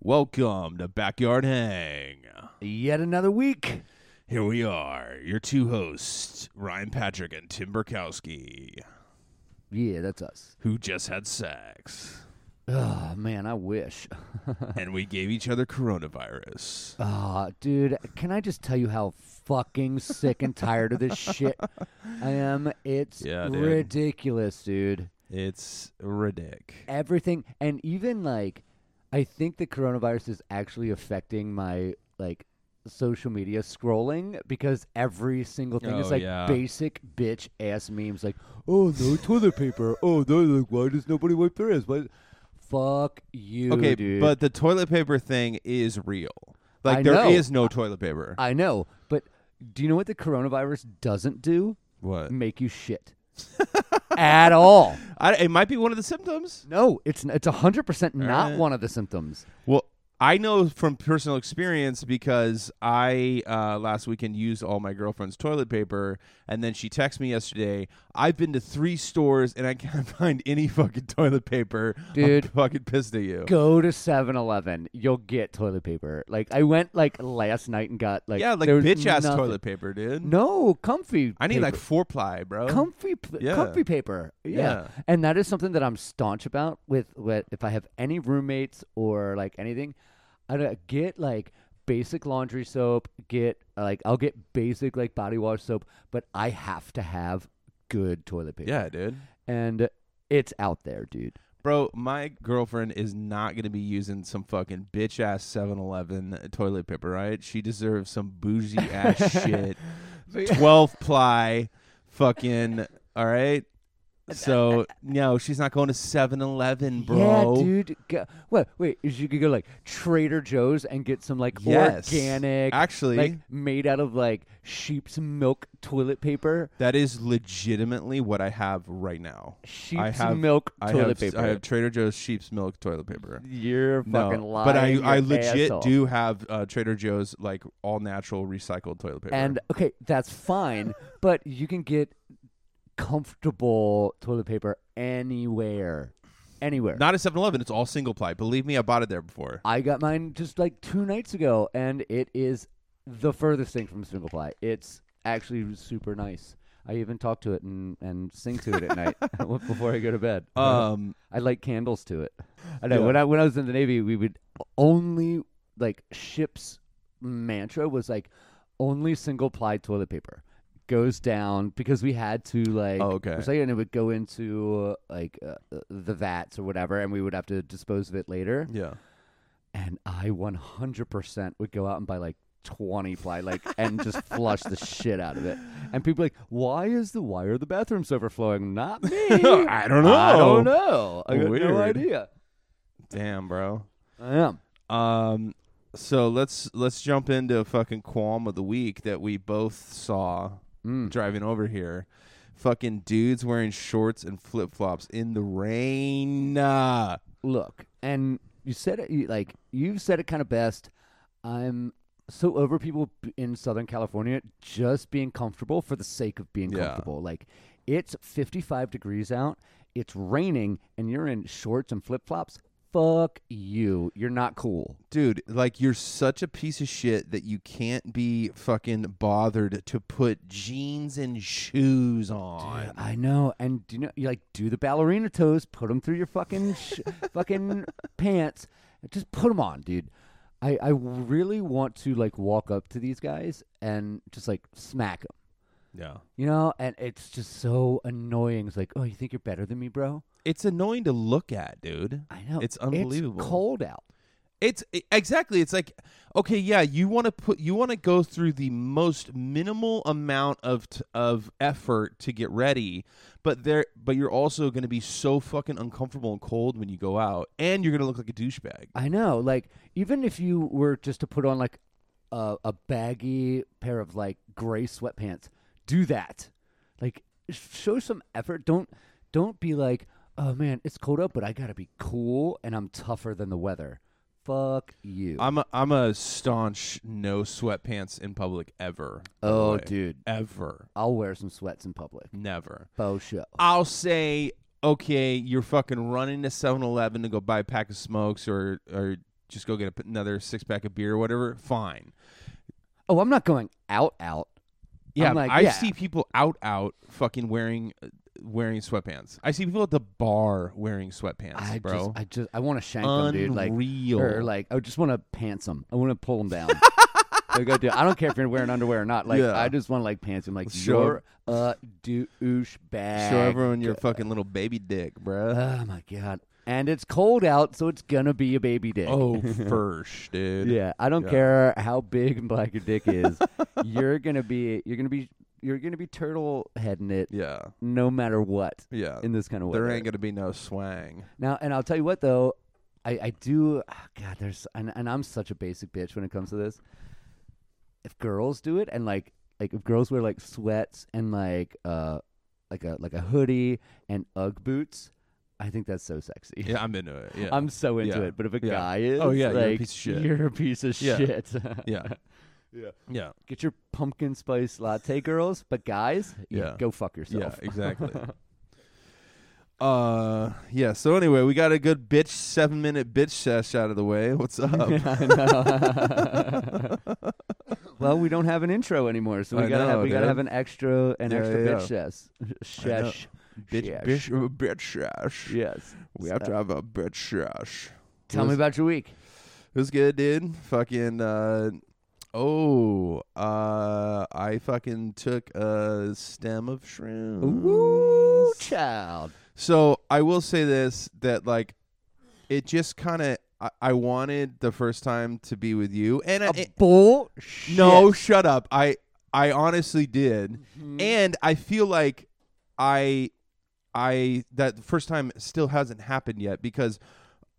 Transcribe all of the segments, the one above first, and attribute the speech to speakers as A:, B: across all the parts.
A: Welcome to Backyard Hang.
B: Yet another week.
A: Here we are, your two hosts, Ryan Patrick and Tim Burkowski,
B: Yeah, that's us.
A: who just had sex.
B: Oh man, I wish.
A: and we gave each other coronavirus.
B: Ah, dude, can I just tell you how fucking sick and tired of this shit I am? It's
A: Yeah, dude.
B: ridiculous, dude.
A: It's ridic.
B: Everything and even like I think the coronavirus is actually affecting my like social media scrolling because every single thing
A: Oh,
B: is like
A: yeah.
B: basic bitch ass memes like, "Oh, no toilet paper. Oh, no, like why does nobody wipe their ass?" Why Fuck you,
A: Okay,
B: dude.
A: but the toilet paper thing is real. Like
B: I
A: there is
B: know.
A: no toilet paper.
B: I know, but do you know what the coronavirus doesn't do?
A: what?
B: Make you shit at all.
A: I, it might be one of the symptoms.
B: No, it's n- it's hundred percent not
A: right.
B: one of the symptoms.
A: Well, I know from personal experience because I uh, last weekend used all my girlfriend's toilet paper, and then she texted me yesterday. I've been to three stores and I can't find any fucking toilet paper. I'm
B: Dude.
A: fucking pissed at you.
B: Go to 7-Eleven. You'll get toilet paper. Like I went like last night and got like
A: yeah, like
B: there was
A: bitch ass
B: nothing-
A: toilet paper, dude.
B: No, comfy.
A: I need
B: paper.
A: like four ply, bro.
B: comfy, p-
A: Yeah.
B: comfy paper. Yeah.
A: Yeah.
B: and that is something that I'm staunch about. With, with if I have any roommates or like anything, I don't- get like basic laundry soap. Get like I'll get basic like body wash soap, but I have to have good toilet paper.
A: yeah, dude.
B: and it's out there, dude.
A: Bro, my girlfriend is not going to be using some fucking bitch ass 7 Eleven toilet paper, right? She deserves some bougie ass shit. 12 ply fucking, all right? So, no, she's not going to 7 Eleven, bro.
B: Yeah, dude. Go, what? Wait, is you could go like Trader Joe's and get some like
A: Yes.
B: organic,
A: Actually-
B: like made out of like sheep's milk toilet paper.
A: That is legitimately what I have right now. I
B: Sheep's
A: have,
B: milk
A: I have-
B: toilet paper.
A: I have Trader Joe's sheep's milk toilet paper.
B: You're
A: No,
B: fucking lying.
A: but I,
B: your
A: I legit
B: asshole.
A: do have uh, Trader Joe's like all natural recycled toilet paper.
B: And okay, that's fine, but you can get comfortable toilet paper anywhere, anywhere.
A: Not a 7-Eleven. It's all single ply. Believe me, I bought it there before.
B: I got mine just like two nights ago, and it is the furthest thing from single ply. It's actually super nice. I even talk to it and, and sing to it at night before I go to bed. Uh-huh.
A: Um,
B: I light candles to it. I know
A: Yeah.
B: when I when I was in the Navy, we would only like ship's mantra was like only single ply toilet paper goes down because we had to like
A: Oh, okay.
B: it was like- and it would go into uh, like uh, uh, the vats or whatever, and we would have to dispose of it later.
A: yeah.
B: And I 100% would go out and buy like 20 ply like and just flush the shit out of it. And people are like, why is the why are the bathrooms overflowing? Not me.
A: I don't
B: I
A: know.
B: don't know. I got
A: Weird.
B: no idea.
A: Damn, bro.
B: I am.
A: Um, so let's let's jump into a fucking qualm of the week that we both saw driving over here. Fucking dudes wearing shorts and flip flops in the rain. Uh,
B: Look, and you said it you, like you've said it kind of best. I'm so over people b- in Southern California just being comfortable for the sake of being
A: Yeah.
B: comfortable. Like it's 55 degrees out, it's raining, and you're in shorts and flip flops. Fuck you. You're not cool.
A: dude, like you're such a piece of shit that you can't be fucking bothered to put jeans and shoes on.
B: I know, and do you know you like do the ballerina toes, put them through your fucking sh- fucking pants, just put them on, dude. I I really want to like walk up to these guys and just like smack them,
A: Yeah.
B: you know. And it's just so annoying. It's like, oh, you think you're better than me, bro?
A: It's annoying to look at, dude.
B: I know.
A: It's unbelievable.
B: cold out.
A: It's i- exactly. It's like, okay, yeah, you want to put, you want to go through the most minimal amount of t- of effort to get ready, but there, but you're also going to be so fucking uncomfortable and cold when you go out, and you're going to look like a douchebag.
B: I know. Like even if you were just to put on like a, a baggy pair of like gray sweatpants, do that. Like sh- show some effort. Don't don't be like, oh man, it's cold out, but I gotta be cool and I'm tougher than the weather. Fuck you.
A: I'm a, I'm a staunch no sweatpants in public ever. by the
B: oh
A: way.
B: dude,
A: ever,
B: I'll wear some sweats in public.
A: never.
B: Faux show.
A: I'll say, okay, you're fucking running to 7 Eleven to go buy a pack of smokes or, or just go get a, another six pack of beer or whatever, fine.
B: Oh, I'm not going out out.
A: Yeah,
B: I'm like,
A: I
B: yeah.
A: see people out out fucking wearing uh, wearing sweatpants. I see people at the bar wearing sweatpants,
B: I
A: bro.
B: just I just I want to shank them, dude. Like
A: Unreal.
B: or like I just want to pants them. I want to pull them down. like I do. I don't care if you're wearing underwear or not. Like
A: Yeah.
B: I just want to like pants. I'm like
A: Show
B: you're a douchebag.
A: Show everyone your fucking little baby dick, bro.
B: Oh my god. And it's cold out, so it's gonna be a baby dick.
A: oh, first, dude.
B: Yeah, I don't
A: Yeah.
B: care how big and black your dick is. you're gonna be you're gonna be you're gonna be turtle heading it
A: Yeah.
B: no matter what
A: Yeah.
B: in this kind of
A: there
B: weather.
A: ain't going to be no swang.
B: Now, and I'll tell you what though, I, I do. ah, God, there's and, and I'm such a basic bitch when it comes to this. If girls do it and like like if girls wear like sweats and like uh like a like a hoodie and UGG boots, I think that's so sexy.
A: Yeah, I'm into it. Yeah.
B: I'm so into
A: Yeah.
B: it. But if a
A: Yeah.
B: guy is,
A: Oh, yeah,
B: like,
A: you're a piece of shit.
B: You're a piece of
A: Yeah.
B: shit.
A: yeah.
B: Yeah.
A: Yeah.
B: Get your pumpkin spice latte, girls. But guys, yeah,
A: Yeah.
B: go fuck yourself.
A: Yeah, exactly. uh yeah, so anyway, we got a good bitch 7 minute bitch sesh out of the way. What's up?
B: I know. well, we don't have an intro anymore, so we
A: I
B: gotta have
A: know,
B: we gotta
A: dude.
B: have an extra an
A: Yeah,
B: extra
A: yeah,
B: bitch sesh.
A: I know.
B: Shesh.
A: bitch
B: Shesh.
A: bitch bitch sesh.
B: Yes.
A: We have to have a bitch sesh.
B: Tell me
A: Liz-
B: about your week.
A: It was good, dude. Fucking uh oh, uh I fucking took a stem of shrooms.
B: Ooh, child.
A: So I will say this that like it just kind of I, I wanted the first time to be with you and I,
B: A
A: Uh, it-
B: bullshit.
A: no shut up I I honestly did
B: Mm-hmm.
A: and I feel like I I that first time still hasn't happened yet because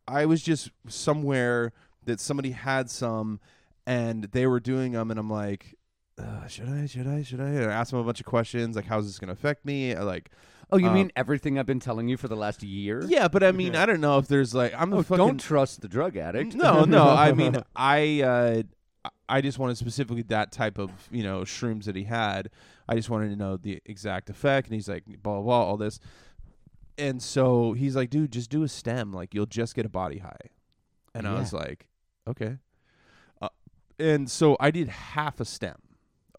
A: I was just somewhere that somebody had some and they were doing them and I'm like uh, should I should I should I and I asked them a bunch of questions like how's this gonna affect me I, like
B: Oh, you
A: um,
B: mean everything I've been telling you for the last year?
A: yeah, but I mean, I don't know if there's like I'm
B: Oh,
A: a fucking
B: don't trust the drug addict.
A: no, Mm, no. I mean, I uh, I just wanted specifically that type of you know shrooms that he had. I just wanted to know the exact effect, and he's like blah blah, blah all this, and so he's like, dude, just do a stem, like you'll just get a body high, and I
B: Yeah.
A: was like, okay, uh, and so I did half a stem,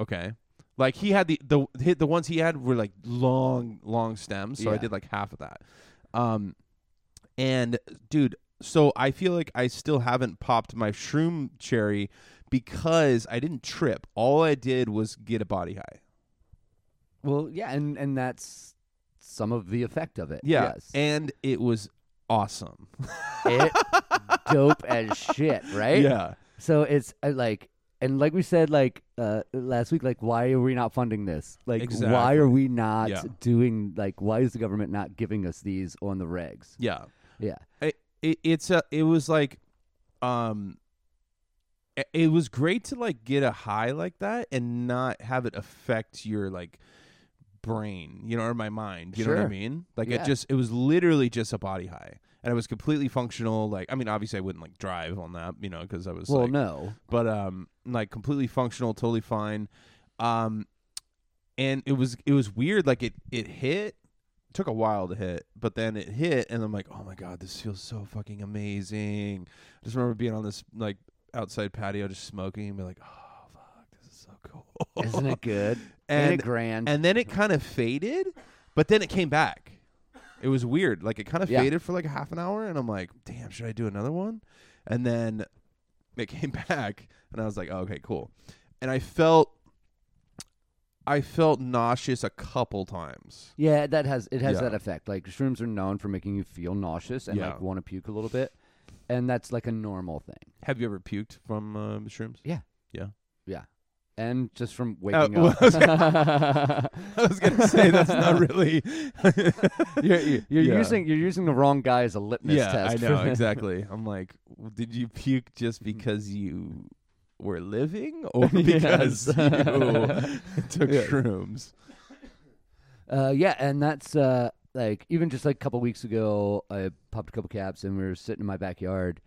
A: okay. Like he had the the hit the ones he had were like long long stems, so I
B: Yeah.
A: did like half of that. Um, and dude, so I feel like I still haven't popped my shroom cherry because I didn't trip. All I did was get a body high.
B: Well, yeah, and and that's some of the effect of it.
A: Yeah,
B: Yes.
A: and it was awesome.
B: it dope as shit, right?
A: Yeah,
B: So it's uh, like, and like we said, like uh, last week, like why are we not funding this? Like why
A: Exactly.
B: are we not
A: Yeah.
B: doing? Like why is the government not giving us these on the regs?
A: yeah.
B: Yeah.
A: It, it it's a it was like, um, i- it was great to like get a high like that and not have it affect your like brain, you know, or my mind. You know what I
B: Sure.
A: mean? Like
B: Yeah.
A: it just it was literally just a body high. And it was completely functional. Like, I mean, obviously, I wouldn't like drive on that, you know, because I was
B: well,
A: like,
B: no.
A: but um like completely functional totally fine um and it was it was weird like it it hit took a while to hit but then it hit and i'm like oh my god this feels so fucking amazing i just remember being on this like outside patio just smoking and be like oh fuck this is so cool
B: Isn't it good? Ain't
A: and
B: it grand?
A: and then it kind of faded but then it came back it was weird like it kind of
B: Yeah.
A: faded for like a half an hour and i'm like damn should i do another one and then it came back and i was like oh, okay cool and i felt i felt nauseous a couple times
B: yeah, that has it has
A: Yeah.
B: that effect. Like shrooms are known for making you feel nauseous and
A: Yeah.
B: like want to puke a little bit, and that's like a normal thing.
A: have you ever puked from uh, shrooms
B: And just from waking
A: Oh, well,
B: up,
A: I was i was gonna say that's not really
B: you're, you're, you're
A: Yeah.
B: using you're using the wrong guy as a litmus
A: yeah i
B: test. for
A: know
B: this.
A: exactly i'm like w- did you puke just because you were living or because
B: Yes.
A: you took
B: Yes.
A: shrooms
B: Uh, yeah, and that's uh, like even just like a couple weeks ago, I popped a couple caps and we were sitting in my backyard,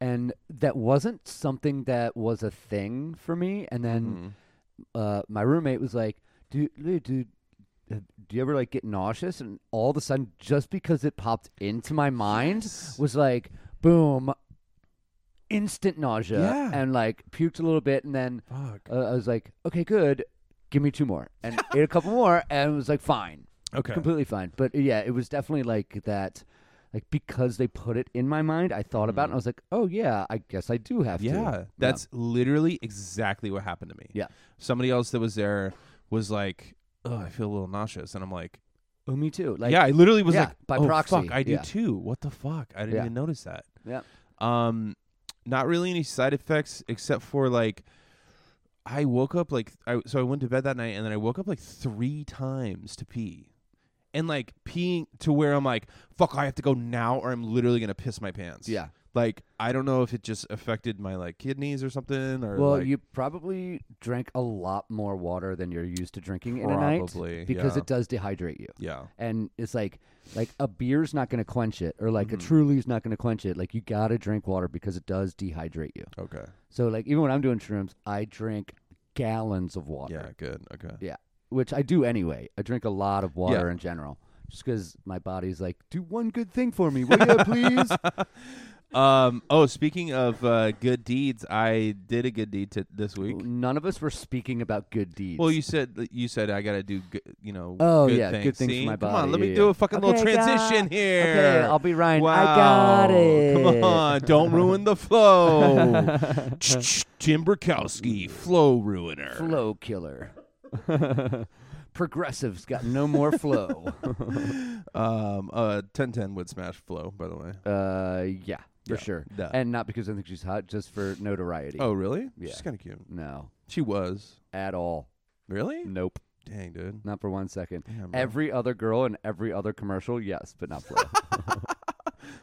B: and that wasn't something that was a thing for me. And then uh, my roommate was like, "Dude, dude, dude, uh, do you ever like get nauseous?" And all of a sudden,
A: Hmm.
B: just because it popped into my mind, was like, "Boom." instant nausea
A: Yeah.
B: and like puked a little bit and then
A: Fuck.
B: uh, I was like, okay, good. Give me two more and ate a couple more and was like, fine,
A: Okay.
B: completely fine. But yeah, it was definitely like that. Like because they put it in my mind, I thought about it and I was like, oh yeah, I guess I do have to.
A: Mm. Yeah, that's literally exactly what happened to me.
B: Yeah.
A: Somebody else that was there was like, "Oh, I feel a little nauseous," and I'm like,
B: oh, me too. Like
A: "Yeah, I literally was
B: yeah,
A: like,
B: by
A: oh,
B: proxy,
A: fuck, I do
B: yeah.
A: too. What the fuck? I didn't
B: Yeah.
A: even notice that."
B: Yeah.
A: Um, not really any side effects except for like, I woke up like I so I went to bed that night and then I woke up like three times to pee. And like peeing to where I'm like, fuck, I have to go now or I'm literally gonna piss my pants.
B: yeah.
A: Like I don't know if it just affected my like kidneys or something or
B: Well,
A: like,
B: you probably drank a lot more water than you're used to drinking in a
A: Probably,
B: night because
A: yeah.
B: it does dehydrate you.
A: yeah.
B: And it's like like a beer's not going to quench it or like
A: Mhm.
B: a Truly's not going to quench it. Like you got to drink water because it does dehydrate you.
A: Okay.
B: So like even when I'm doing shrooms, I drink gallons of water.
A: Yeah, good. Okay.
B: Yeah. Which I do anyway. I drink a lot of water
A: Yeah.
B: in general. Just because my body's like, do one good thing for me, will you please?
A: Um oh, speaking of uh good deeds, I did a good deed to this week.
B: None of us were speaking about good deeds.
A: Well, you said that- you said I got to do good, you know,
B: Oh,
A: good
B: yeah,
A: things.
B: good things for
A: See?
B: my
A: Come on,
B: body,
A: let
B: yeah,
A: me
B: yeah.
A: do a fucking little
B: Okay, God.
A: transition here.
B: Okay, I'll be Ryan.
A: Wow.
B: I got it.
A: Come on, don't ruin the flow. Tim Burkowski, flow ruiner.
B: Flow killer. Progressive's got no more flow.
A: Um, uh, ten ten would smash flow. By the way.
B: uh, yeah, for
A: Yeah,
B: sure.
A: duh.
B: And not because I think she's hot, just for notoriety.
A: Oh, really?
B: Yeah.
A: She's kind of cute.
B: No,
A: She was.
B: at all.
A: Really?
B: Nope,
A: Dang, dude.
B: not for one second.
A: Damn, bro.
B: Every other girl in every other commercial, yes, but not Flo.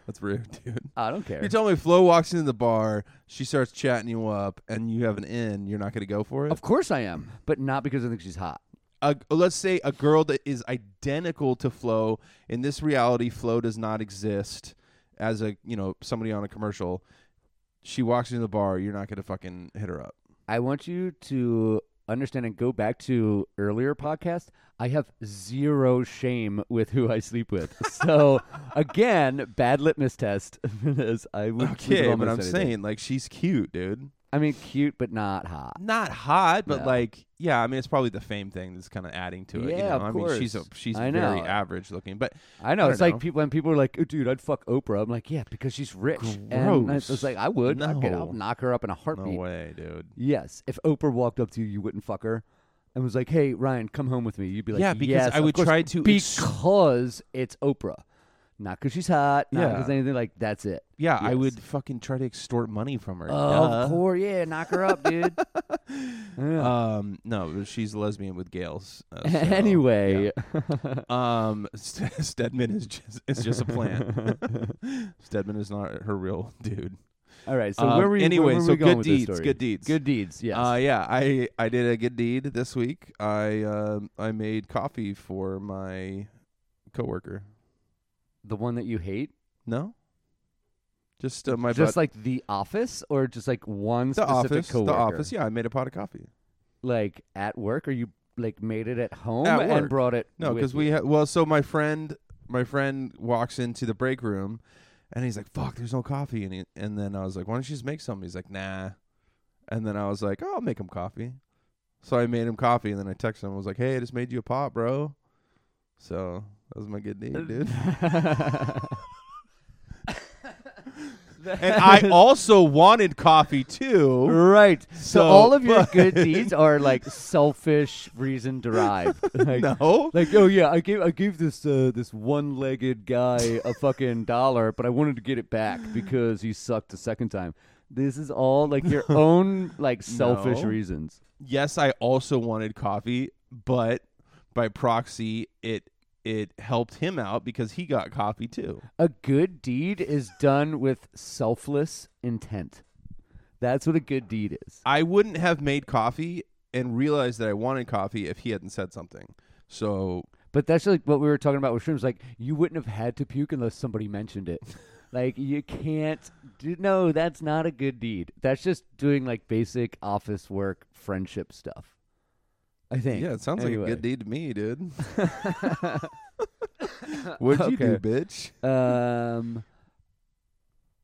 A: That's rude, dude.
B: I don't care.
A: You're telling me Flo walks into the bar, she starts chatting you up, and you have an in, you're not going to go for it?
B: of course I am, but not because I think she's hot.
A: a, uh, let's say a girl that is identical to Flo in this reality, Flo does not exist as a you know somebody on a commercial. She walks into the bar, you're not gonna fucking hit her up.
B: I want you to understand and go back to earlier podcast. I have zero shame with who I sleep with. So again, bad litmus test. because I would sleep with
A: Okay, but
B: almost
A: I'm
B: anything.
A: saying like she's cute, dude.
B: I mean, cute but not hot.
A: Not hot, but
B: No.
A: like yeah. I mean, it's probably the fame thing that's kind of adding to it. you
B: Yeah,
A: know?
B: of
A: I mean, she's a,
B: course.
A: she's
B: I
A: very
B: know.
A: average looking, but
B: I know.
A: I
B: it's
A: don't know.
B: like people when people are like, "Oh, dude, I'd fuck Oprah." I'm like, "Yeah, because she's rich." And I
A: Gross.
B: was like, "I would. I'd get,
A: No.
B: I'll knock her up in a
A: no
B: heartbeat."
A: way, dude.
B: Yes, if Oprah walked up to you, you wouldn't fuck her, and was like, "Hey, Ryan, come home with me." You'd be like,
A: yeah, because
B: "Yes,
A: I
B: of
A: would
B: course."
A: try to ex-
B: because it's Oprah, not because she's hot, not
A: Yeah.
B: because anything like that's it.
A: yeah, I
B: Yes.
A: would fucking try to extort money from her. Duh.
B: Of course, yeah, knock her up, dude. Yeah.
A: Um, no, but she's lesbian with Gales. uh, so,
B: anyway,
A: yeah. um, St- Stedman is just is just a plant. Stedman is not her real dude.
B: all right. So
A: Um,
B: where were you?
A: anyway,
B: where were
A: so
B: we going
A: good
B: with
A: deeds,
B: This story?
A: good deeds.
B: Good deeds. Yes.
A: Uh, yeah, I I did a good deed this week. I um I made coffee for my coworker.
B: the one that you hate,
A: No, just uh, my
B: just
A: bud-
B: like The Office, or just like one
A: the
B: specific
A: office.
B: coworker,
A: The office. Yeah, I made a pot of coffee.
B: like at work, or you like made it at home
A: At
B: and
A: work.
B: brought it.
A: No,
B: because
A: because we ha- well, so my friend, my friend walks into the break room, and he's like, "Fuck, there's no coffee." And he, and then I was like, "Why don't you just make some?" He's like, "Nah," and then I was like, "Oh, I'll make him coffee." So I made him coffee, and then I texted him. I was like, "Hey, I just made you a pot, bro." So that was my good
B: Uh,
A: deed, dude. and I also wanted coffee too.
B: Right. So,
A: So,
B: all of your
A: but-
B: good deeds are like selfish reason derived. Like,
A: No,
B: like, oh yeah, I gave I gave this uh, this one legged guy a fucking dollar, but I wanted to get it back because he sucked the second time. This is all like your own like selfish
A: No.
B: reasons.
A: yes, I also wanted coffee, but by proxy, it it helped him out because he got coffee too.
B: A good deed is done with selfless intent. That's what a good deed is.
A: I wouldn't have made coffee and realized that I wanted coffee if he hadn't said something. So
B: But that's like what we were talking about with shrooms. Like you wouldn't have had to puke unless somebody mentioned it. like you can't do. No, that's not a good deed. That's just doing like basic office work, friendship stuff. I think.
A: yeah, it sounds
B: anyway.
A: like a good deed to me, dude. What'd you do,
B: Okay.
A: bitch?
B: Um,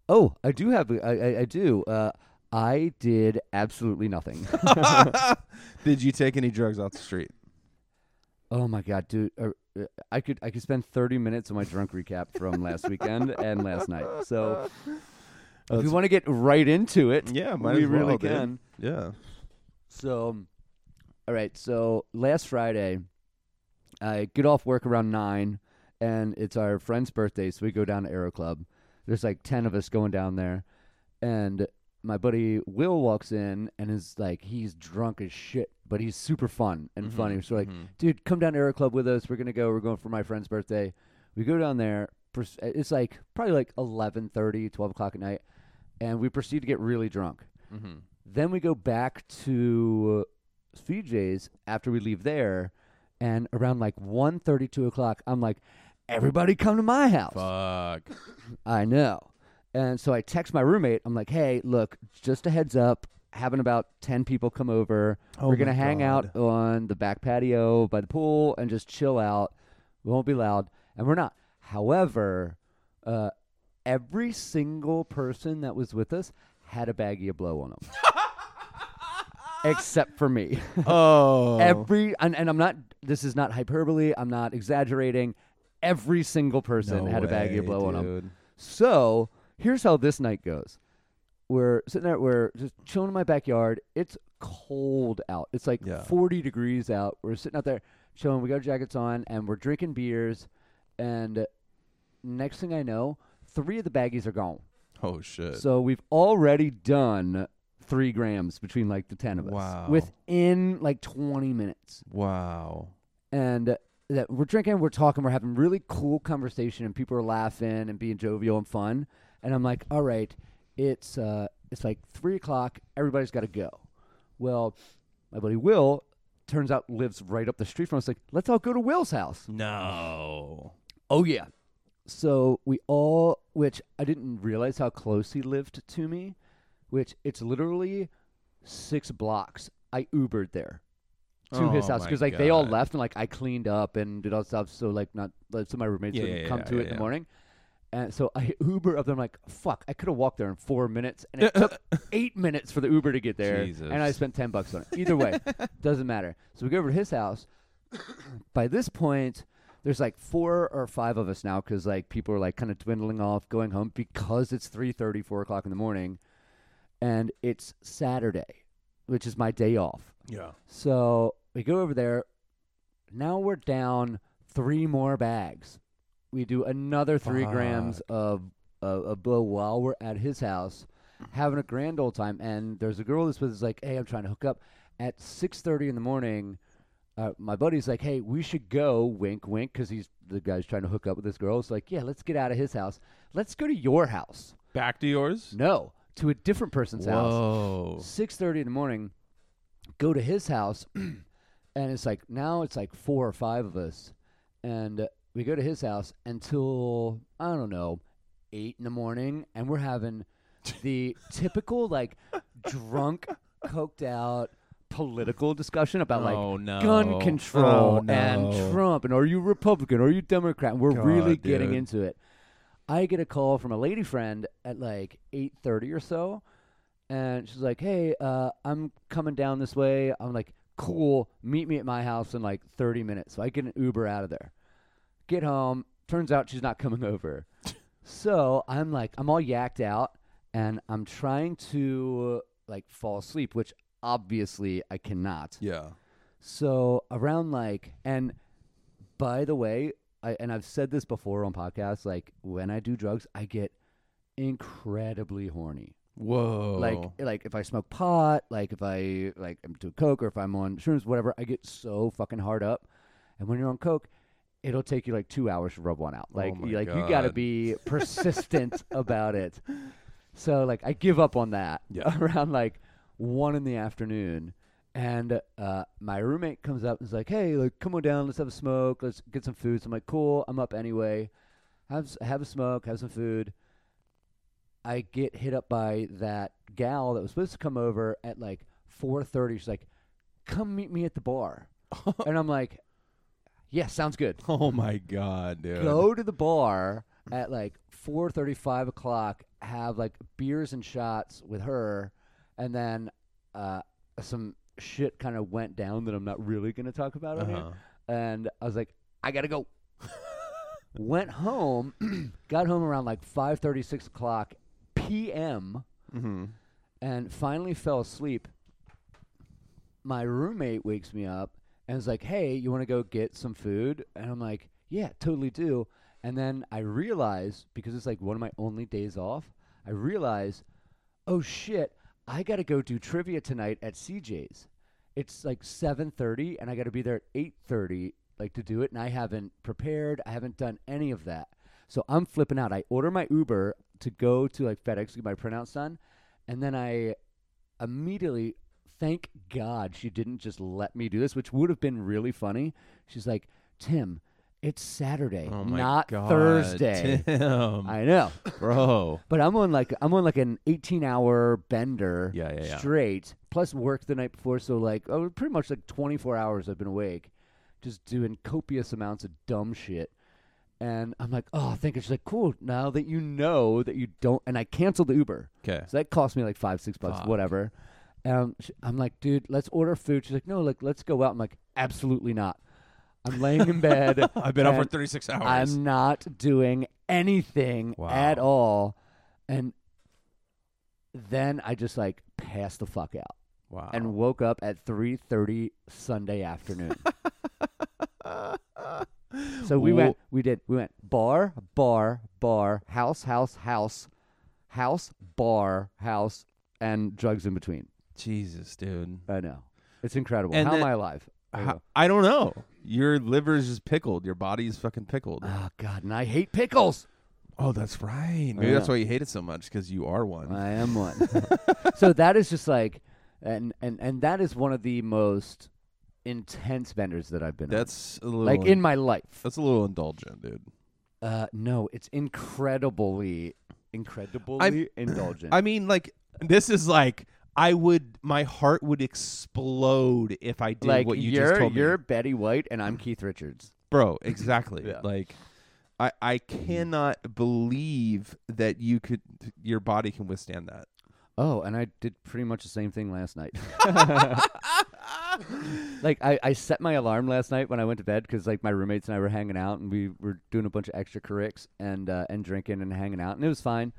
B: Oh, I do have. a- I I, I do. Uh, I did absolutely nothing.
A: Did you take any drugs off the street?
B: oh my god, dude! Uh, uh, I could I could spend thirty minutes on my drunk recap from last weekend and last night. So if you
A: That's-
B: want to get right into it,
A: Yeah, might
B: we
A: as well,
B: really
A: dude.
B: can.
A: Yeah.
B: So, um, all right. So last Friday, I get off work around nine, and it's our friend's birthday, so we go down to Aero Club. There's like ten of us going down there, and my buddy Will walks in and is like, he's drunk as shit, but he's super fun and funny. So we're like, dude, come down to Aero Club with us. We're gonna go. We're going for my friend's birthday. We go down there. pers- It's like probably like 11:30, 12 o'clock at night, and we proceed to get really drunk.
A: Mhm.
B: Then we go back to uh, CJ's after we leave there, and around like 1.30, 2 o'clock, I'm like, everybody come to my house.
A: Fuck.
B: I know. And so I text my roommate. I'm like, hey, look, just a heads up, having about 10 people come over.
A: Oh
B: We're going to
A: my
B: hang out on the back patio by the pool and just chill out. We won't be loud. And we're not. However, uh, every single person that was with us had a baggie of blow on them. Except for me.
A: Oh.
B: Every and, and I'm not this is not hyperbole, I'm not exaggerating. Every single person
A: No
B: had a baggie of
A: way,
B: blow on them.
A: dude.
B: So here's how this night goes. We're sitting there, we're just chilling in my backyard. It's cold out. It's like
A: Yeah.
B: 40 degrees out. We're sitting out there chilling. We got our jackets on and we're drinking beers. And next thing I know, three of the baggies are gone.
A: Oh shit.
B: So we've already done three grams between like the 10 of us
A: Wow.
B: within like 20 minutes
A: wow.
B: and that we're drinking, we're talking, we're having really cool conversation, and people are laughing and being jovial and fun. And I'm like, all right, it's uh, it's like three o'clock. Everybody's got to go. Well, my buddy Will turns out lives right up the street from us. Like, let's all go to Will's house.
A: No.
B: Oh yeah. So we all, which I didn't realize how close he lived to me, which it's literally six blocks. I Ubered there to his
A: Oh
B: house
A: my
B: because like they all
A: God.
B: left and like I cleaned up and did all that stuff so like not like, so my roommates
A: Yeah,
B: wouldn't
A: yeah,
B: come
A: yeah,
B: to
A: yeah,
B: it in
A: yeah.
B: the morning. And so I Uber up there. I'm like, fuck, I could have walked there in four minutes, and it took eight minutes for the Uber to get there,
A: Jesus.
B: and I spent ten bucks on it. Either way, doesn't matter. So we go over to his house. By this point, there's like four or five of us now because like people are like kind of dwindling off, going home because it's 3.30, 4 o'clock in the morning, and it's Saturday, which is my day off.
A: Yeah.
B: So we go over there. Now we're down three more bags. We do another three grams of, of of blow while we're at his house, having a grand old time. And there's a girl that's with us like, "Hey, I'm trying to hook up." At six thirty in the morning, uh, my buddy's like, "Hey, we should go." Wink, wink, because he's the guy's trying to hook up with this girl. It's like, "Yeah, let's get out of his house. Let's go to your house."
A: Back to yours.
B: No, to a different person's house
A: Whoa.
B: six thirty in the morning, go to his house, and it's like now it's like four or five of us, and uh, we go to his house until I don't know eight in the morning, and we're having the typical like drunk, coked out political discussion about like
A: oh no.
B: gun control
A: Oh, no.
B: and Trump and are you Republican? Are you Democrat? And we're really
A: God,
B: getting
A: dude.
B: into it. I get a call from a lady friend at like eight thirty or so, and she's like, "Hey, uh, I'm coming down this way." I'm like, "Cool, meet me at my house in like thirty minutes." So I get an Uber out of there, get home. Turns out she's not coming over, so I'm like, I'm all yacked out, and I'm trying to like fall asleep, which obviously I cannot.
A: Yeah.
B: So around like, and by the way, I and I've said this before on podcasts. Like when I do drugs, I get incredibly horny.
A: Whoa.
B: Like like if I smoke pot, like if I like I'm doing coke or if I'm on shrooms, whatever, I get so fucking hard up. And when you're on coke, it'll take you like two hours to rub one out. Like
A: Oh my
B: you- like you got to
A: God.
B: be persistent about it. So like I give up on that
A: Yeah.
B: around like one in the afternoon, and uh, my roommate comes up and is like, "Hey, like come on down, let's have a smoke, let's get some food." So I'm like, "Cool, I'm up anyway. Have s- have a smoke, have some food." I get hit up by that gal that was supposed to come over at like four thirty. She's like, "Come meet me at the bar," and I'm like, "Yeah, sounds good."
A: oh my god, dude.
B: Go to the bar at like four thirty five o'clock, have like beers and shots with her, and then uh, some shit kind of went down that I'm not really going to talk about on
A: Uh-huh.
B: here. And I was like, I gotta go. went home, got home around like five thirty six o'clock p.m.
A: Mm-hmm.
B: and finally fell asleep. My roommate wakes me up and is like, "Hey, you want to go get some food?" And I'm like, "Yeah, totally do." And then I realize because it's like one of my only days off, I realize, "Oh shit, I got to go do trivia tonight at CJ's." It's like 7:30 and I got to be there at 8:30 like to do it and I haven't prepared, I haven't done any of that. So I'm flipping out. I order my Uber to go to like FedEx to get my printouts done and then I immediately thank God she didn't just let me do this, which would have been really funny. She's like, Tim, it's Saturday,
A: Oh my
B: not
A: God,
B: Thursday.
A: Tim,
B: I know.
A: bro.
B: But I'm on like I'm on like an 18 hour bender
A: Yeah, yeah, yeah.
B: straight, plus work the night before, so like oh, pretty much like 24 hours I've been awake, just doing copious amounts of dumb shit. And I'm like, oh, thank you. She's like, cool. Now that you know that you don't, and I canceled the Uber.
A: Okay.
B: So that cost me like five, six bucks,
A: Fuck.
B: whatever. Um, sh- I'm like, dude, let's order food. She's like, no, like let's go out. I'm like, absolutely not. I'm laying in bed.
A: I've been up for
B: and
A: 36 hours.
B: I'm not doing anything
A: Wow.
B: at all. And then I just like passed the fuck out
A: wow.
B: and woke up at 3:30 Sunday afternoon. so we
A: Wh-
B: went we did we went bar, bar, bar, house, house, house, house, bar, house and drugs in between.
A: Jesus, dude.
B: I know. It's incredible.
A: And
B: How am
A: then-
B: I alive? There you
A: Ho-
B: go.
A: I don't know. Your liver's just pickled. Your body's fucking pickled.
B: Oh god, and I hate pickles.
A: Oh, that's right. Maybe that's
B: know.
A: why you hate it so much because you are one.
B: I am one. so that is just like, and and and that is one of the most intense vendors that I've been. on.
A: that's a little.
B: like in my life.
A: that's a little indulgent, dude.
B: Uh, no, it's incredibly, incredibly indulgent.
A: I mean, like this is like I would. My heart would explode if I did
B: like
A: what you
B: are
A: just told
B: you're
A: me, Mm.
B: Betty White and I'm Keith Richards.
A: bro. Exactly.
B: Yeah.
A: Like. I, I cannot believe that you could your body can withstand that.
B: Oh, and I did pretty much the same thing last night. like I, I set my alarm last night when I went to bed because like my roommates and I were hanging out and we were doing a bunch of extra currics and uh, and drinking and hanging out and it was fine.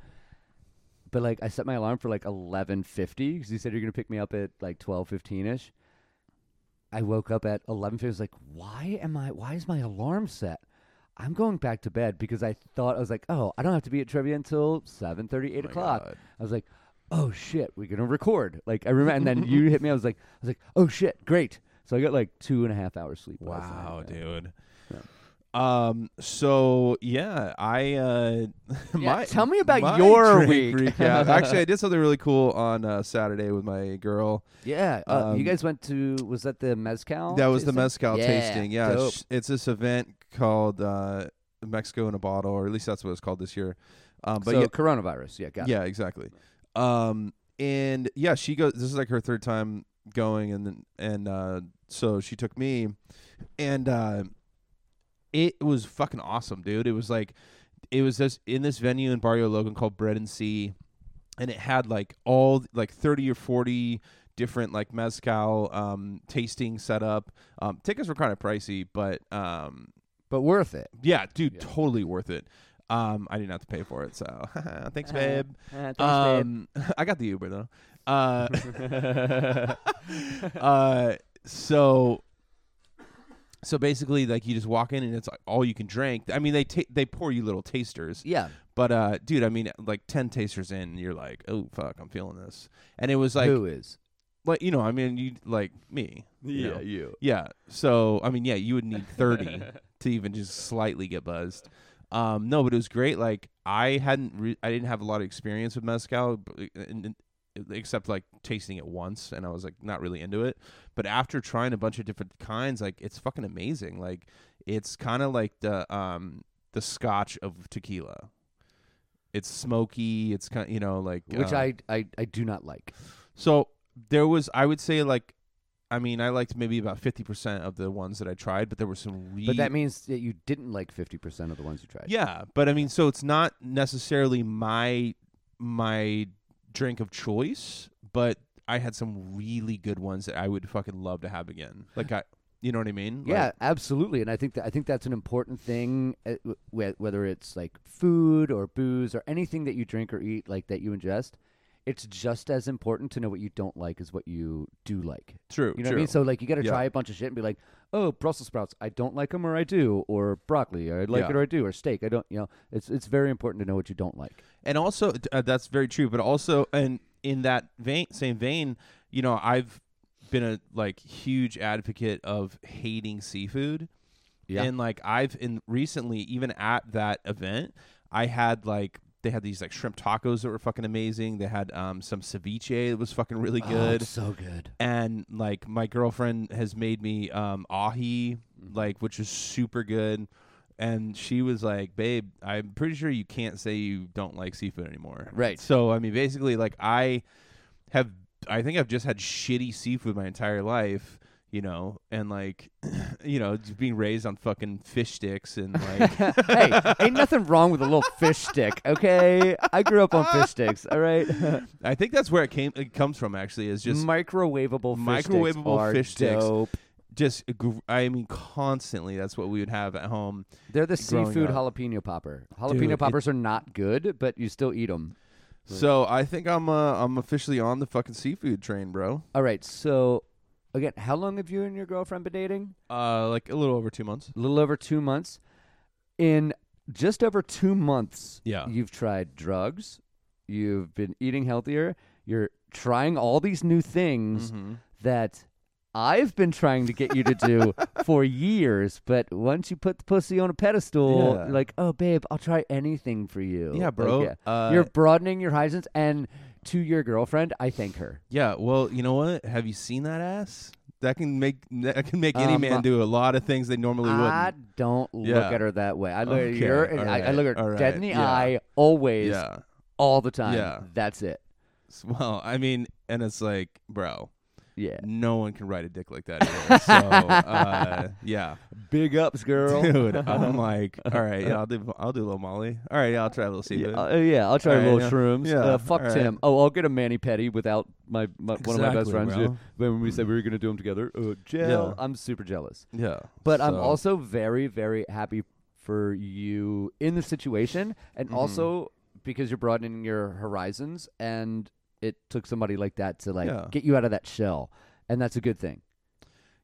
B: But like I set my alarm for like eleven fifty because you said you're gonna pick me up at like twelve fifteen ish. I woke up at eleven fifty. I was like, why am I? Why is my alarm set? I'm going back to bed because I thought I was like, oh, I don't have to be at trivia until seven thirty, eight
A: my
B: o'clock.
A: God.
B: I was like, oh shit, we're gonna record. Like I remember, and then you hit me. I was like, I was like, oh shit, great. So I got like two and a half hours sleep. last night,
A: Wow,
B: man.
A: dude. Um. So yeah, I. Uh, my,
B: tell me about
A: my
B: your
A: drink
B: week.
A: recap- Actually, I did something really cool on uh, Saturday with my girl.
B: Yeah, uh,
A: Um,
B: you guys went to was that the mezcal?
A: That was the
B: tasting?
A: mezcal
B: Yeah,
A: tasting. Yeah,
B: dope.
A: it's, it's this event called uh, Mexico in a Bottle, or at least that's what it's called this year. Um, but
B: so
A: yeah,
B: coronavirus. Yeah, got it.
A: yeah, exactly. Um, and yeah, she goes. This is like her third time going, and then and uh, so she took me, and uh, it was fucking awesome, dude. It was like, it was this in this venue in Barrio Logan called Bread and Sea, and it had like all like thirty or forty different like mezcal um, tasting setup. Um, tickets were kind of pricey, but um,
B: but worth it.
A: yeah, dude,
B: Yeah.
A: totally worth it. Um, I didn't have to pay for it, so thanks, babe.
B: Uh, thanks, babe.
A: Um, I got the Uber though. Uh, uh, so, so basically, like you just walk in and it's like all you can drink. I mean, they ta- they pour you little tasters,
B: Yeah,
A: but uh, dude, I mean, like ten tasters in, you're like, oh fuck, I'm feeling this, and it was like,
B: who is?
A: like you know, I mean, you like me, you know?
B: you.
A: Yeah. So I mean, yeah, you would need thirty to even just slightly get buzzed. Um, no, but it was great. Like I hadn't, re- I didn't have a lot of experience with mezcal, b- and- and- except like tasting it once, and I was like not really into it. But after trying a bunch of different kinds, like it's fucking amazing. Like it's kind of like the um the Scotch of tequila. It's smoky. It's kind, you know, like
B: Which
A: uh,
B: I, I I do not like.
A: so there was, I would say, like I mean, I liked maybe about fifty percent of the ones that I tried, but there were some. Re-
B: But that means that you didn't like 50% of the ones you tried.
A: yeah, but I mean, so it's not necessarily my my drink of choice, but I had some really good ones that I would fucking love to have again. Like I, you know what I mean? Like,
B: Yeah, absolutely. And I think that I think that's an important thing, uh, wh- whether it's like food or booze or anything that you drink or eat, like that you ingest. It's just as important to know what you don't like as what you do like.
A: true.
B: You know
A: true.
B: what I mean? So like, you got to
A: Yeah.
B: try a bunch of shit and be like, oh, Brussels sprouts, I don't like them or I do, or broccoli, I like
A: Yeah.
B: it or I do, or steak, I don't. You know, it's it's very important to know what you don't like.
A: and also t- uh, that's very true but also and in that vein same vein you know i've been a like huge advocate of hating seafood
B: Yeah.
A: and like i've in recently even at that event i had like they had these like shrimp tacos that were fucking amazing they had um some ceviche that was fucking really good
B: Oh, so good.
A: and like my girlfriend has made me um ahi like which is super good and she was like babe i'm pretty sure you can't say you don't like seafood anymore
B: Right.
A: so i mean basically like i have i think i've just had shitty seafood my entire life you know and like you know just being raised on fucking fish sticks and like
B: hey, ain't nothing wrong with a little fish stick, okay? I grew up on fish sticks, all right?
A: i think that's where it came it comes from actually is just
B: microwavable fish sticks
A: Microwavable
B: are
A: fish sticks.
B: dope.
A: just gr- i mean constantly that's what we would have at home
B: They're the
A: Growing
B: seafood
A: up.
B: jalapeno popper. Jalapeno
A: Dude, it-
B: poppers are not good, but you still eat them.
A: So I think I'm uh, I'm officially on the fucking seafood train, bro.
B: All right, so again, how long have you and your girlfriend been dating?
A: Uh, like a little over two months.
B: A little over two months. In just over two months,
A: Yeah.
B: you've tried drugs, you've been eating healthier, you're trying all these new things
A: Mm-hmm.
B: that I've been trying to get you to do for years. But once you put the pussy on a pedestal,
A: Yeah.
B: you're like, oh, babe, I'll try anything for you.
A: Yeah,
B: Like,
A: bro. Uh,
B: you're broadening your horizons. And to your girlfriend, I thank her.
A: Yeah. Well, you know what? Have you seen that ass? That can make that can make any
B: Um,
A: man do a lot of things they normally
B: I
A: wouldn't.
B: don't look
A: Yeah.
B: at her that way. I look
A: Okay,
B: at her, and
A: all
B: I, I
A: right,
B: look at her
A: all
B: dead in the
A: right, yeah.
B: eye, always,
A: Yeah.
B: all the time.
A: Yeah.
B: That's it.
A: S- Well, I mean, and it's like, bro,
B: Yeah.
A: no one can ride a dick like that. Either. so, uh, yeah,
B: Big ups, girl.
A: dude, I'm like, all right, yeah, I'll do, I'll do a little Molly. All right, yeah, I'll try a little seafood.
B: Yeah, uh, yeah, I'll try
A: All right,
B: little
A: yeah.
B: shrooms.
A: Yeah,
B: Uh, fuck
A: all right.
B: Tim. Oh, I'll get a mani petty without my, my one of my best
A: Exactly,
B: friends.
A: bro.
B: When when we said we were gonna do them together, uh, gel.
A: Yeah.
B: I'm super jealous,
A: yeah,
B: but I'm
A: so-
B: also very very happy for you in the situation, and also because you're broadening your horizons, and it took somebody like that to like
A: Yeah.
B: get you out of that shell, and that's a good thing.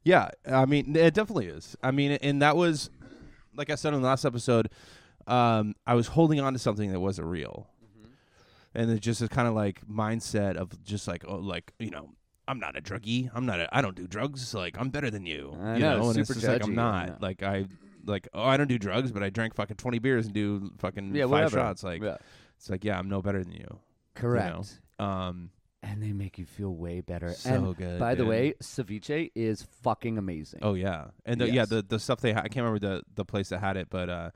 A: Yeah, I mean, it definitely is. I mean, and that was, like I said on the last episode, um, I was holding on to something that wasn't real,
B: Mm-hmm.
A: and it's just a kind of like mindset of just like, oh, like you know, I'm not a druggie. I'm not. A, I don't do drugs. Like I'm better than you.
B: I
A: you
B: know,
A: and it's
B: super
A: just like
B: judgy,
A: I'm
B: I
A: not.
B: know.
A: Like I, like oh, I don't do drugs, but I drank fucking twenty beers and do fucking
B: Yeah,
A: Mm, five
B: whatever.
A: shots. Like
B: Yeah.
A: it's like yeah, I'm no better than you.
B: Correct.
A: Um,
B: And they make you feel way better.
A: So
B: and
A: good,
B: By the
A: dude.
B: way, ceviche is fucking amazing.
A: Oh yeah, and the, yeah,
B: Yes.
A: the the stuff they ha- I can't remember the the place that had it, but uh,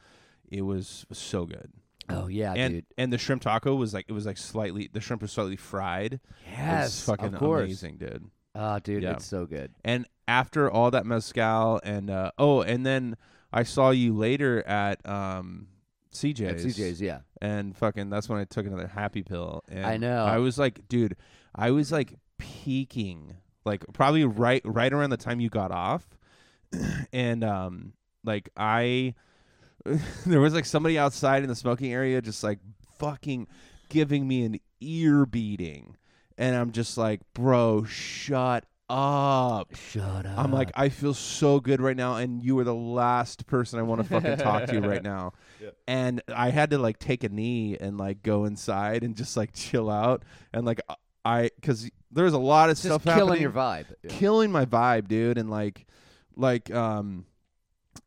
A: it was so good.
B: Oh, yeah,
A: and
B: dude.
A: and the shrimp taco was like it was like slightly the shrimp was slightly fried. it was
B: Yes,
A: fucking
B: of course.
A: amazing, dude.
B: Oh, dude,
A: Yeah.
B: it's so good.
A: And after all that mezcal and uh, oh, and then I saw you later at um CJ's,
B: At CJ's, yeah.
A: and fucking that's when I took another happy pill. And
B: I know.
A: I was like, dude, I was like peaking, like probably right right around the time you got off, and um, like I, there was like somebody outside in the smoking area just like fucking giving me an ear beating, and I'm just like, bro, shut up.
B: Shut up.
A: I'm like, I feel so good right now, and you are the last person I want to fucking talk to right now. And I had to like take a knee and like go inside and just like chill out and like I because there's a lot of
B: just
A: stuff
B: killing
A: happening,
B: your vibe.
A: killing my vibe, dude, and like like um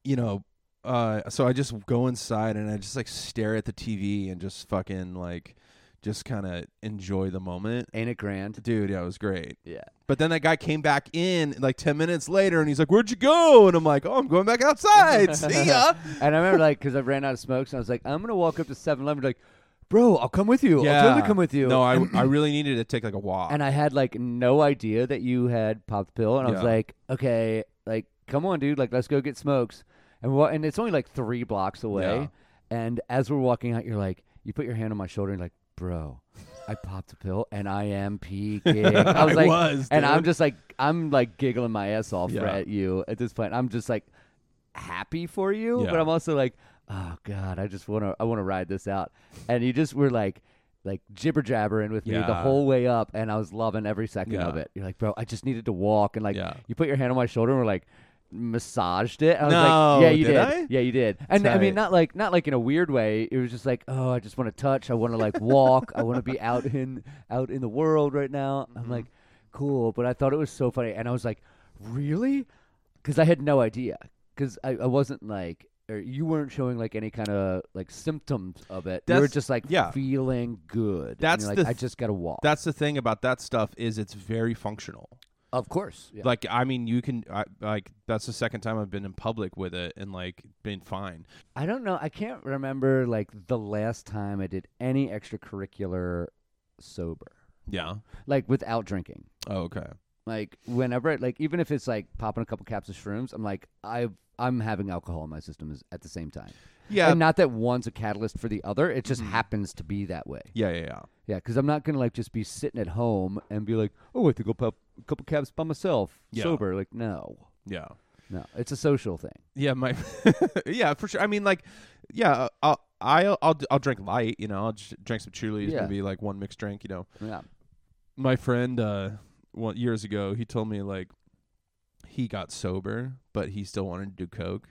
A: you know uh so I just go inside and I just like stare at the TV and just fucking like just kind of enjoy the moment.
B: Ain't it grand?
A: Dude, yeah, it was great.
B: Yeah.
A: But then that guy came back in like 10 minutes later and he's like, Where'd you go? And I'm like, Oh, I'm going back outside. See ya.
B: And I remember, like, because I ran out of smokes, and I was like, I'm going to walk up to 7 Eleven, like, bro, I'll come with you. I'll totally come with you.
A: No, I, I really needed to take like a walk.
B: and I had like no idea that you had popped the pill, and I was
A: Yeah.
B: like, okay, like come on, dude, like let's go get smokes, and we and it's only like three blocks away, and as we're walking out, you're like, you put your hand on my shoulder, and you're like, bro, I popped a pill, and I am peaking. I was
A: I
B: like,
A: was,
B: and I'm
A: dude.
B: just like, I'm like giggling my ass off
A: Yeah.
B: at you at this point. I'm just like happy for you,
A: Yeah.
B: but I'm also like, oh god, I just want to, I want to ride this out, and you just were like. Like jibber jabbering with me the
A: Yeah.
B: whole whole way up and I was loving every second of
A: Yeah.
B: it. You're like, bro, I just needed to walk and like
A: Yeah.
B: you put your hand on my shoulder and we're like massaged it. I was
A: No,
B: like, Yeah, you
A: did
B: did.
A: I?
B: Yeah, you did. And I
A: right.
B: mean not like not like in a weird way. It was just like, oh, I just want to touch, I want to like walk, I want to be out in out in the world right now.
A: Mm-hmm.
B: I'm like, cool. But I thought it was so funny and I was like, Really? Because I had no idea. Because I, I wasn't like or you weren't showing like any kind of like symptoms of it. you were
A: That's-
B: just like
A: yeah.
B: feeling good. And
A: That's
B: you're
A: the
B: like, I
A: th-
B: just gotta walk.
A: That's the thing about that stuff is it's very functional.
B: Of course. Yeah.
A: Like I mean, you can I, like that's the second time I've been in public with it and like been fine.
B: I don't know. I can't remember like the last time I did any extracurricular sober,
A: Yeah.
B: like without drinking.
A: Oh, okay.
B: Like whenever, I- like even if it's like popping a couple caps of shrooms, I'm like I I'm having alcohol in my system is- at the same time.
A: Yeah. Mm-hmm.
B: and not that one's a catalyst for the other. It just happens to be that way.
A: yeah. Yeah. Yeah.
B: Yeah, because I'm not gonna like just be sitting at home and be like, oh, I have to go pop a couple caps by myself,
A: Yeah.
B: sober. Like no,
A: Yeah.
B: no, it's a social thing.
A: Yeah, my yeah, for sure. I mean, like, yeah, uh, I'll I'll I'll, I'll drink light. You know, I'll just drink some Trulies,
B: Yeah.
A: maybe like one mixed drink. You know,
B: Yeah,
A: my friend uh one, years ago, he told me like he got sober, but he still wanted to do coke,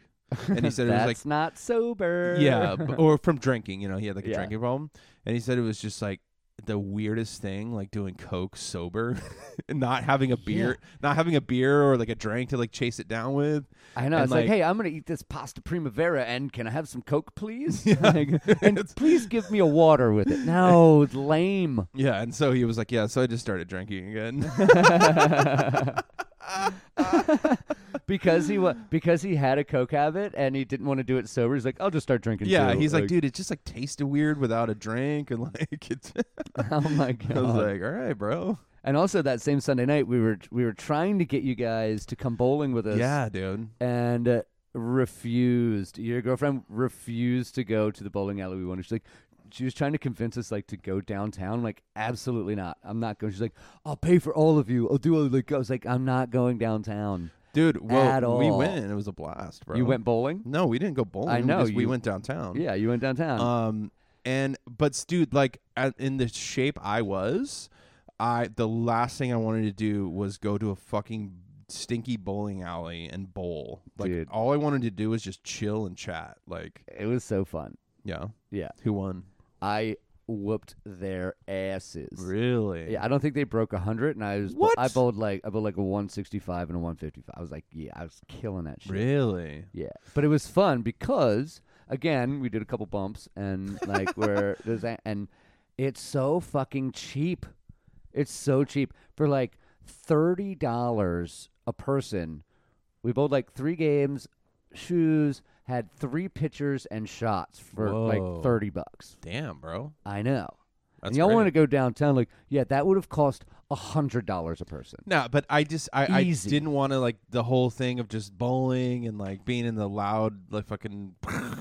A: and he said it was like
B: that's not sober.
A: yeah, b- or from drinking. You know, he had like a
B: Yeah.
A: drinking problem, and he said it was just like the weirdest thing, like doing coke sober, and not having a beer, not having a beer or like a drink to like chase it down with.
B: I know.
A: And,
B: it's like,
A: like-
B: hey, I'm gonna eat this pasta primavera, and can I have some Coke, please? Like, and please give me a water with it. No, it's lame.
A: Yeah, and so he was like, "Yeah." So I just started drinking again.
B: because he wa- because he had a Coke habit and he didn't want to do it sober. He's like, I'll just start drinking.
A: yeah,
B: too."
A: he's like, "Dude, it just like tasted weird without a drink," and like, it's
B: oh my god.
A: I was like, "All right, bro."
B: and also that same Sunday night, we were we were trying to get you guys to come bowling with us.
A: Yeah, dude.
B: and uh, refused. Your girlfriend refused to go to the bowling alley we wanted. She's like, she was trying to convince us like to go downtown. I'm like, absolutely not. I'm not going. She's like, I'll pay for all of you. I'll do all the like. I was like, I'm not going downtown.
A: Dude, well,
B: At
A: we
B: all.
A: went. It was a blast, bro.
B: You went bowling?
A: No, we didn't go bowling.
B: I
A: we
B: know,
A: just- we
B: you-
A: went downtown.
B: Yeah, you went downtown.
A: Um, and but s- dude, like at, in the shape I was, I the last thing I wanted to do was go to a fucking stinky bowling alley and bowl. Like
B: Dude.
A: all I wanted to do was just chill and chat. Like,
B: it was so fun.
A: yeah,
B: Yeah,
A: who won?
B: I whooped their asses.
A: Really?
B: Yeah, I don't think they broke hundred, and I was
A: What?
B: I bowled like I bowled like a one sixty five and a one fifty five. I was like, yeah, I was killing that shit.
A: Really?
B: Yeah, but it was fun because again we did a couple bumps and like we're there's a- and it's so fucking cheap. It's so cheap for like thirty dollars a person. We bowled like three games, shoes, had three pitchers and shots for
A: Whoa.
B: like thirty bucks.
A: Damn, bro.
B: I know.
A: That's
B: and y'all
A: great.
B: want to go downtown? Like, yeah, that would have cost a hundred dollars a person.
A: No, but I just I, I
B: Easy.
A: didn't want to like the whole thing of just bowling and like being in the loud like fucking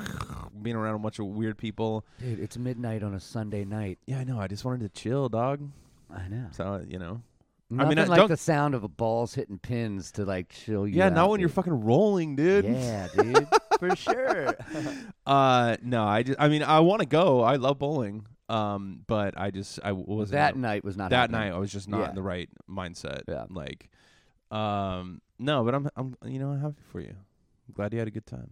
A: being around a bunch of weird people.
B: Dude, it's midnight on a Sunday night.
A: Yeah, I know. I just wanted to chill, dog.
B: I know.
A: So you know.
B: Nothing
A: I mean, I
B: like
A: don't-
B: the sound of a balls hitting pins to like chill you.
A: Yeah,
B: out,
A: not when you're
B: dude.
A: fucking rolling, dude.
B: Yeah, dude, for sure.
A: Uh, no, I just I mean I want to go. I love bowling. Um, but I just I wasn't
B: that night was not
A: that
B: happening.
A: night. I was just not
B: Yeah.
A: in the right mindset.
B: Yeah.
A: Like, um, no, but I'm I'm you know I'm happy for you. I'm glad you had a good time.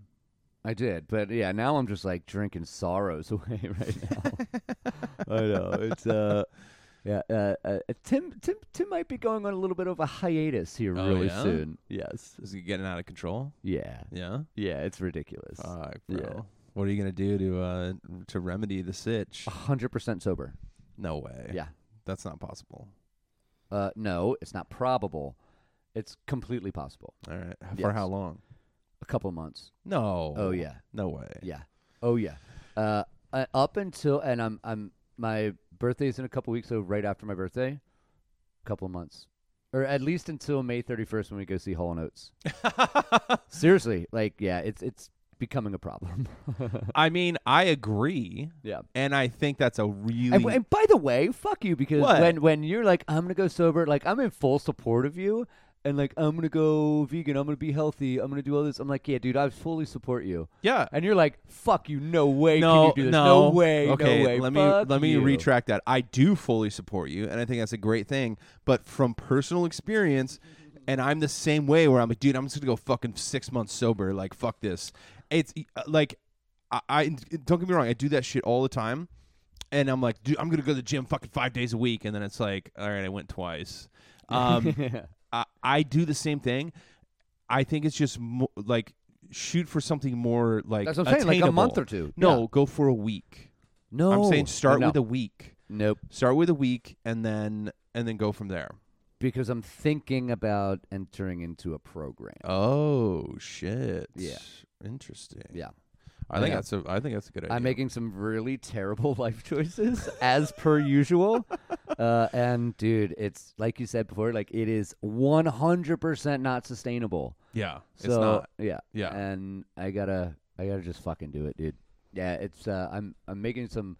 B: I did, but yeah, now I'm just like drinking sorrows away right now. I know it's uh, yeah. Uh, uh, Tim, Tim, Tim might be going on a little bit of a hiatus here
A: Oh,
B: really
A: yeah?
B: soon. Yes.
A: Is it getting out of control?
B: Yeah. Uh,
A: Yeah.
B: Yeah. It's ridiculous.
A: Fuck, bro.
B: yeah.
A: What are you gonna do to uh to remedy the sitch?
B: A hundred percent sober.
A: No way.
B: Yeah.
A: That's not possible.
B: Uh, no, it's not probable. It's completely possible.
A: All right. For how
B: Yes.
A: long?
B: A couple months.
A: No.
B: Oh yeah.
A: No way.
B: Yeah. Oh yeah. Uh, uh, up until and I'm I'm my birthday's in a couple weeks, so right after my birthday, couple of months, or at least until May 31st when we go see Hall and Oates. Seriously, like yeah, it's it's becoming a problem.
A: I mean, I agree,
B: yeah.
A: and I think that's a really
B: And, and by the way, fuck you because
A: What?
B: when when you're like I'm gonna go sober, like I'm in full support of you, and like I'm gonna go vegan, I'm gonna be healthy, I'm gonna do all this. I'm like, yeah, dude, I fully support you.
A: yeah.
B: And you're like, fuck you, no way
A: no,
B: can you do this,
A: no,
B: no, way,
A: Okay,
B: no way.
A: let me
B: fuck
A: let me
B: you.
A: retract that. I do fully support you, and I think that's a great thing. But from personal experience, and I'm the same way where I'm like, dude, I'm just gonna go fucking six months sober. Like, fuck this. It's uh, like, I, I don't get me wrong, I do that shit all the time, and I'm like, dude, I'm gonna go to the gym fucking five days a week, and then it's like, all right, I went twice. Um, I, I do the same thing. I think it's just mo- like shoot for something more like
B: That's what I'm saying, like a month
A: attainable.
B: or two.
A: No,
B: Yeah.
A: go for a week.
B: No,
A: I'm saying start
B: no.
A: with a week.
B: nope.
A: Start with a week and then and then go from there.
B: Because I'm thinking about entering into a program.
A: Oh shit.
B: Yeah.
A: Interesting.
B: Yeah.
A: I think
B: Yeah.
A: that's a I think that's a good idea.
B: I'm making some really terrible life choices as per usual. Uh, and dude, it's like you said before, like it is 100% not sustainable.
A: Yeah.
B: So
A: it's not.
B: yeah.
A: Yeah.
B: And I got to I got to just fucking do it, dude. Yeah, it's uh I'm I'm making some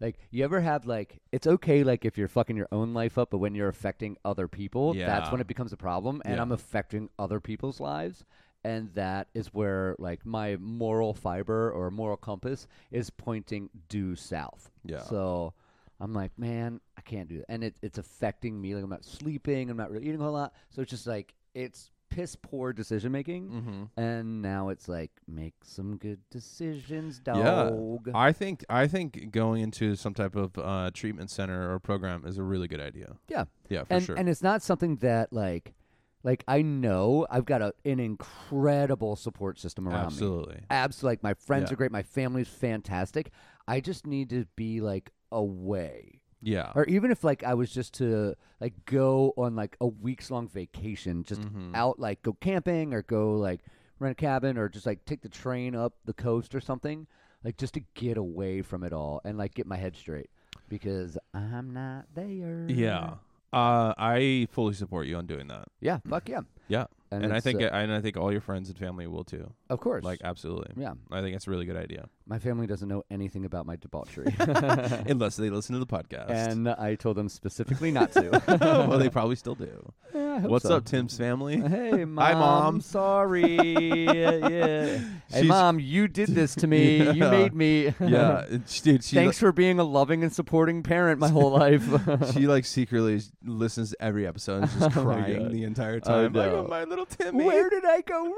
B: like you ever have like it's okay like if you're fucking your own life up, but when you're affecting other people, that's
A: Yeah.
B: when it becomes a problem and
A: Yeah.
B: I'm affecting other people's lives and that is where like my moral fiber or moral compass is pointing due south.
A: Yeah.
B: So I'm like, man, I can't do that. And it, it's affecting me. Like, I'm not sleeping. I'm not really eating a whole lot. So it's just like, it's piss poor decision making.
A: Mm-hmm.
B: And now it's like, make some good decisions,
A: Yeah. Uh,
B: dog.
A: I think I think going into some type of uh, treatment center or program is a really good idea.
B: Yeah.
A: Yeah, for
B: and,
A: sure.
B: and it's not something that, like, like I know I've got a, an incredible support system around me.
A: Absolutely.
B: Absolutely. Like, my friends
A: Yeah.
B: are great. My family's fantastic. I just need to be, like, away.
A: Yeah.
B: or even if like I was just to like go on like a weeks long vacation, just
A: Mm-hmm.
B: out like go camping or go like rent a cabin or just like take the train up the coast or something, like just to get away from it all and like get my head straight because I'm not there.
A: Yeah. Uh, I fully support you on doing that.
B: yeah, fuck yeah,
A: Yeah. And, I
B: it's,
A: think
B: uh,
A: and I think all your friends and family will too.
B: of course,
A: Like absolutely.
B: yeah,
A: I think it's a really good idea.
B: my family doesn't know anything about my debauchery,
A: Unless they listen to the podcast.
B: and I told them specifically not to.
A: well, they probably still do.
B: Yeah, I hope
A: What's
B: so.
A: up, Tim's family?
B: Hey, mom.
A: Mom.
B: Sorry. yeah. Hey,
A: She's-
B: mom. You did this to me. You
A: Yeah.
B: made me.
A: yeah, it's- dude. She
B: Thanks for being a loving and supporting parent my whole life.
A: Like, she like secretly s- listens to every episode and is just crying
B: Oh God.
A: the entire time. Like,
B: no.
A: "Oh, my little Timmy.
B: Where did I go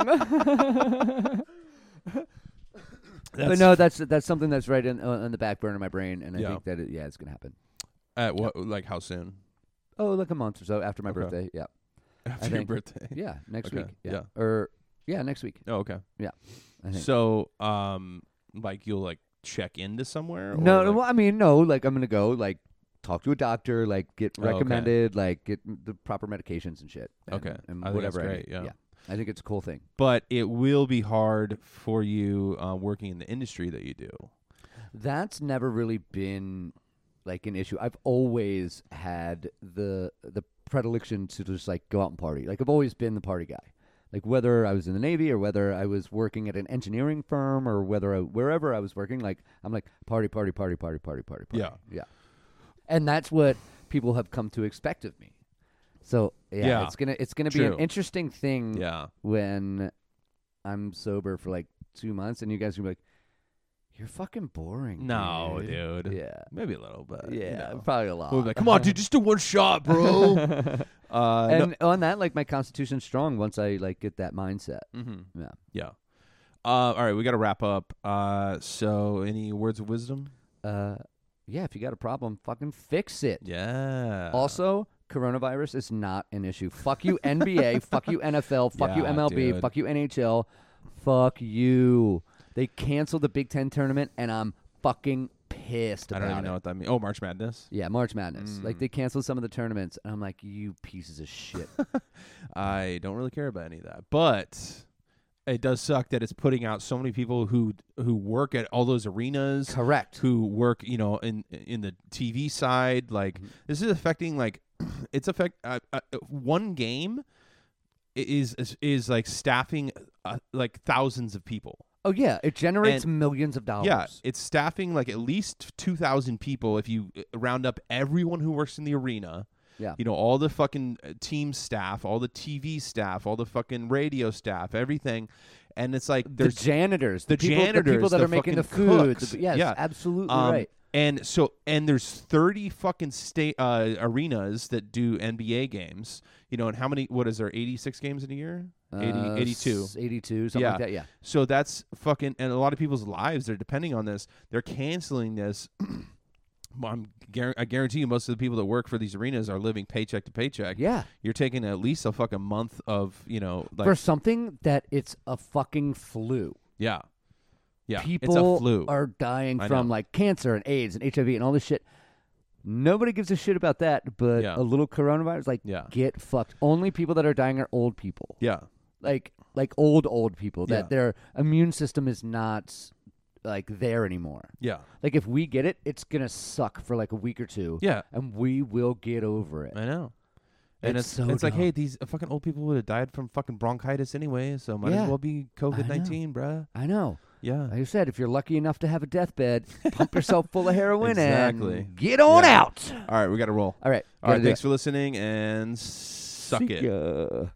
B: wrong?
A: That's-
B: but no, that's that's something that's right in on on the back burner of my brain, and I
A: Yeah.
B: think that it, yeah, it's gonna happen.
A: At what? Like how soon?
B: Oh, like a month or so after my
A: Okay.
B: birthday. Yeah,
A: After your
B: think-
A: birthday.
B: yeah, next
A: Okay.
B: week. Yeah. or yeah, next week.
A: Oh, okay.
B: I think.
A: So, um, like you'll like check into somewhere.
B: No,
A: or,
B: no,
A: like-
B: well, I mean, no. Like, I'm gonna go like talk to a doctor, like get
A: Oh, okay.
B: recommended, like get m- the proper medications and shit. and-
A: Okay.
B: and
A: I think that's
B: whatever. I
A: great,
B: need.
A: yeah.
B: I think it's a cool thing.
A: but it will be hard for you uh, working in the industry that you do.
B: That's never really been like an issue. I've always had the the predilection to just like go out and party. Like I've always been the party guy. Like whether I was in the navy or whether I was working at an engineering firm or whether I, wherever I was working, like I'm like party, party, party, party, party, party, party.
A: Yeah.
B: yeah. And that's what people have come to expect of me. So yeah,
A: Yeah.
B: it's gonna it's gonna be an
A: True.
B: interesting thing
A: Yeah.
B: when I'm sober for like two months, and you guys are gonna be like, "You're fucking boring."
A: No, dude.
B: Mm. Yeah.
A: Maybe a little, but you
B: Yeah,
A: know.
B: probably a lot.
A: We'll be like, come on, dude, just do one shot, bro. uh, no-
B: and on that, like my constitution's strong once I like get that mindset.
A: Mhm.
B: Yeah.
A: Yeah. Uh, all right, we got to wrap up. Uh, so, any words of wisdom?
B: Uh, yeah. If you got a problem, fucking fix it.
A: Yeah.
B: Also, coronavirus is not an issue. Fuck you, NBA. fuck you, NFL. Fuck you,
A: Yeah,
B: MLB.
A: dude.
B: Fuck you, NHL. Fuck you. They canceled the Big Ten tournament, and I'm fucking pissed
A: I
B: about
A: don't
B: it.
A: even know Mm. what that means. Oh, March Madness.
B: Yeah, March Madness. Like they canceled some of the tournaments, and I'm like, you pieces of shit.
A: I don't really care about any of that, but it does suck that it's putting out so many people who who work at all those arenas,
B: Correct.
A: who work, you know, in in the TV side. Like
B: Mhm.
A: this is affecting like it's affect uh, uh, one game i- is is, is like staffing uh, like thousands of people.
B: Oh yeah, it generates millions of dollars.
A: Yeah, it's staffing like at least 2,000 people if you uh, round up everyone who works in the arena.
B: Yeah.
A: You know, all the fucking uh, team staff, all the TV staff, all the fucking radio staff, everything. And it's like
B: the
A: there's
B: janitors,
A: the
B: the people, the people
A: janitors,
B: that
A: the
B: are making the
A: fucking
B: food.
A: cooks.
B: the- yes,
A: Yeah.
B: absolutely
A: um,
B: right.
A: And so, and there's 30 fucking state uh, arenas that do NBA games. You know, and how many? What is there? 86 games in a year? 80,
B: Uh,
A: 82.
B: s- 82, something
A: Yeah.
B: like that. Yeah.
A: So that's fucking, and a lot of people's lives are depending on this. They're canceling this. Well, I'm guar- I guarantee you, most of the people that work for these arenas are living paycheck to paycheck.
B: Yeah.
A: You're taking at least a fucking month of, you know, like
B: For something that it's a fucking flu.
A: yeah, yeah,
B: People
A: it's a flu.
B: are dying
A: I
B: from
A: know.
B: like cancer and AIDS and HIV and all this shit. Nobody gives a shit about that, but
A: Yeah.
B: a little coronavirus, like,
A: Yeah.
B: get fucked. Only people that are dying are old people,
A: yeah,
B: like, like old old people that
A: Yeah.
B: their immune system is not like there anymore.
A: yeah,
B: Like, if we get it, it's gonna suck for like a week or two,
A: yeah.
B: and we will get over it.
A: I know. And it's,
B: It's so
A: it's like,
B: dumb.
A: hey, these fucking old people would have died from fucking bronchitis anyway, so might
B: Yeah.
A: as well be COVID nineteen, bruh.
B: I know.
A: Yeah.
B: Like I said, if you're lucky enough to have a deathbed, pump yourself full of heroin
A: Exactly.
B: and get on
A: Yeah.
B: out.
A: All right, we got to roll.
B: All right.
A: All right,
B: gotta do
A: thanks for listening and suck
B: it.
A: it.
B: See ya.